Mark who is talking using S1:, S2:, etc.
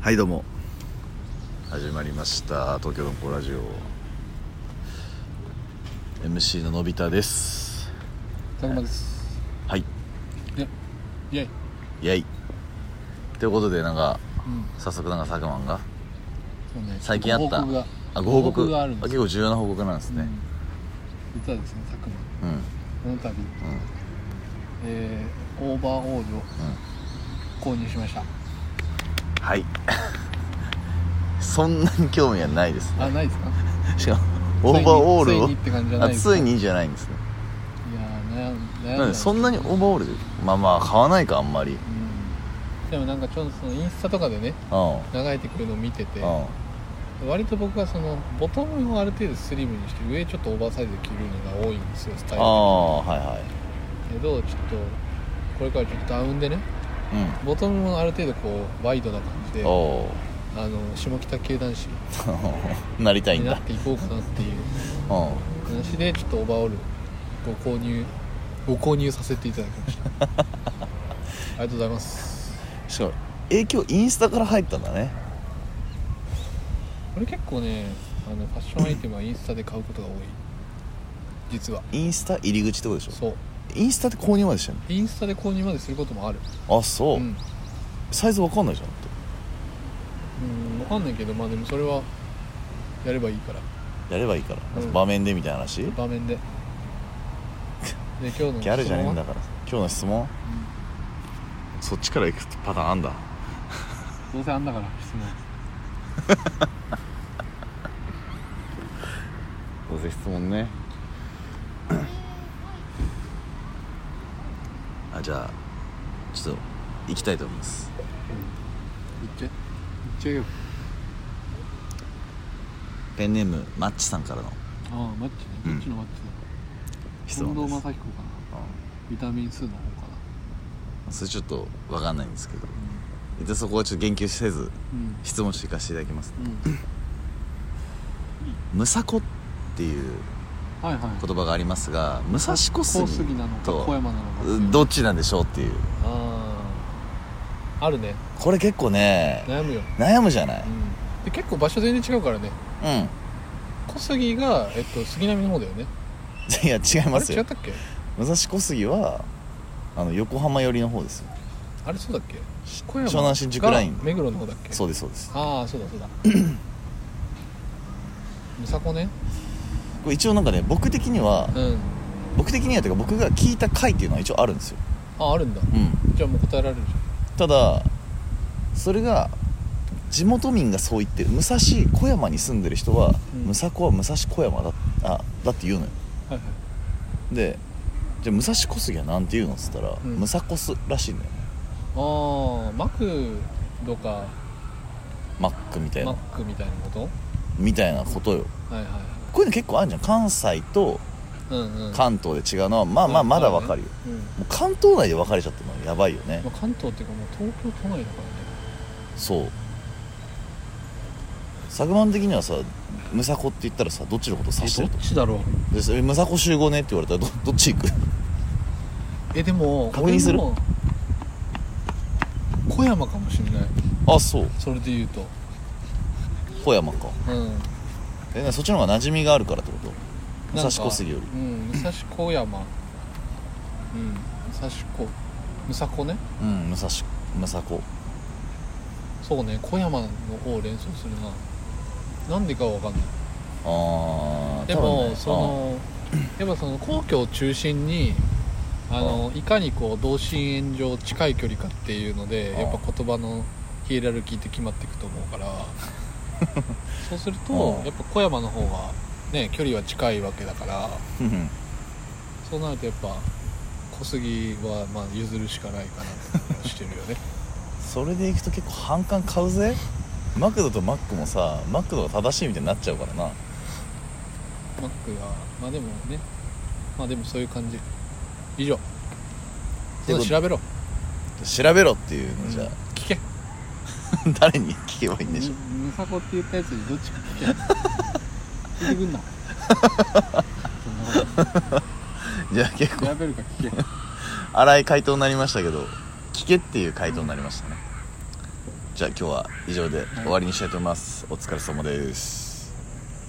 S1: はいどうも
S2: 始まりました東京ドンコラジオ MC ののび太です
S3: 佐久間です
S2: はい
S3: でイェイ
S2: イェイということでなんか
S3: うん
S2: 早速なんか佐久間が
S3: そうね
S2: 最近あった
S3: 報告が
S2: あご報告
S3: があるんです
S2: 結構重要な報告なんですね
S3: うん実はですね佐久間
S2: うんうん
S3: この度、えー、オーバーオールを購入しました
S2: はい そんなに興味はないです
S3: あないですか
S2: しかもオーバーオールを
S3: ついにって感じじゃな
S2: あ
S3: いです
S2: ついにじゃないんですね
S3: いやー悩ん悩んだ
S2: なんでそんなにオーバーオールでまあまあ買わないかあんまり
S3: うんでもなんかちょっとそのインスタとかでね
S2: うん
S3: 流れてくるのを見てて
S2: うん
S3: 割と僕はそのボトムをある程度スリムにして上ちょっとオーバーサイズで着るのが多いんですよス
S2: あ
S3: タイル的に
S2: あはいはい
S3: けどちょっとこれからちょっとダウンでね
S2: う
S3: ボトムもある程度こうワイドな感じで
S2: んお
S3: あ
S2: お
S3: の下北系男子
S2: ーなりたい
S3: に
S2: ん
S3: な
S2: だ
S3: っていこうかなっていう
S2: うん
S3: 話でちょっとオーバーオールご購入ご購入させていただきまし たありがとうございます
S2: しかも影響インスタから入ったんだね
S3: これ結構ねあのファッションアイテムはインスタで買うことが多い実は
S2: インスタ入り口ってことでしょ
S3: そう
S2: インスタって購入までしてん
S3: インスタで購入まですることもある
S2: のあそう、
S3: うん、
S2: サイズわかんないじゃんって
S3: うん、分かんないけどまあでもそれはやればいいから
S2: やればいいから、
S3: うん
S2: 場面でみたいな話ギ
S3: 場 面でで今日の
S2: ャルじゃねえんだ
S3: 質
S2: から今日の質問
S3: 問は
S2: そっちから行くパターンあんだ
S3: どうせあんだから質問
S2: どうせ質問ねあじゃあちょっと行きたいと思います
S3: 言っちゃえ言っちゃえよ
S2: ペンネームマッチさんからの
S3: ああマッチね
S2: うん
S3: どっちのマッチだ、
S2: 質問
S3: 近
S2: で
S3: 藤
S2: す、う
S3: 正彦かなんビタミン2の方か
S2: それちょっとわかんないんですけど
S3: な
S2: でそこはちょっと言及せず
S3: うん
S2: 質問していかせていただきます
S3: うん、うん、
S2: ムサコっていう
S3: はいはい
S2: 言葉がありますが武蔵小
S3: 小杉
S2: 杉
S3: なのか小
S2: と
S3: 山なのか
S2: どっちなんでしょうっていう
S3: あああるね
S2: これ結構ね
S3: 悩むよ、
S2: 悩むじゃない
S3: うん、で結構場所全然違うからね
S2: うん
S3: 小杉が、えっと、杉並の方だよね
S2: いや違い
S3: あ
S2: ま
S3: れ
S2: す
S3: 違
S2: よ
S3: ったっけ
S2: 武蔵小杉はあの横浜寄りの方ですよ
S3: あれそうだっけ小
S2: 湘南新宿ライン
S3: が目黒の方だっけ
S2: そうですそうです
S3: ああそうだそうだむさこね
S2: これ一応なんかね僕的には
S3: うん
S2: 僕的にはというか僕が聞いた回っていうのは一応あるんですよ
S3: ああるんだ
S2: うん
S3: じゃあもう答えられるじ
S2: ただそれが地元民がそう言ってる武蔵小山に住んでる人は、
S3: うん
S2: 武蔵小は武蔵小山だあだって言うのよ
S3: ゃんはいはい
S2: でじゃあ武蔵小杉はなんて言うのっつったら、
S3: うん
S2: ムサコスらしいんだよね
S3: ああマクドか
S2: マックみたい
S3: マ
S2: な
S3: ックみたいなこと
S2: みたいなことよ
S3: はいはいは
S2: こういうの結構あるじゃん関西と
S3: いうんうん
S2: 関東で違うのは、まあまあ
S3: うん
S2: まだわかるよ、
S3: うん
S2: もう関東内で分かれちゃったのはやばいよね
S3: まあ、関東っていうかもう東京都内だか
S2: そう佐久間的にはさムサコって言ったらさどっちのこと
S3: ら
S2: 指して
S3: ね
S2: ると
S3: ちだろう
S2: でそれムサコ集合ねって言われたらど どっち行く
S3: えでも
S2: 確認する
S3: 俺も小山かもしれない
S2: あそう
S3: それで言うと
S2: 小山か
S3: うん
S2: えなそっちの方が馴染みがあるからってこと武
S3: なん
S2: 蔵
S3: か
S2: 小杉より
S3: うん武蔵小山うん武蔵小武蔵小ね
S2: うん武蔵ムサコ
S3: そうね小山の方を連想するななんでかは分かんない
S2: ああ
S3: でも、そのやっぱその皇居を中心にあのいかにこう同心円上近い距離かっていうので
S2: うん
S3: やっぱ言葉のヒエラルキーって決まっていくと思うからそうすると
S2: うん
S3: やっぱ小山の方がね距離は近いわけだからそうなるとやっぱ小杉はまあ譲るしかないかなって気がしてるよね
S2: それでいくと結構反感買うぜマクドとマックもさマクドが正しいみたいになっちゃうからな
S3: マックがまあでもねまあでもそういう感じ以上
S2: て
S3: そ
S2: いううこと
S3: 調べろ
S2: 調べろっていうのじゃあ、
S3: 聞け
S2: 誰に聞けばいいんでしょう
S3: むむさこって言ったやつにどっちか聞け聞いてくんなそんなこ
S2: じゃあ結
S3: と
S2: 構
S3: 調べるか聞け
S2: 荒い回答になりましたけど聞けっていう回答になりましたね、じじゃあ今日は以上で終わりにしたいと思いますお疲れ様です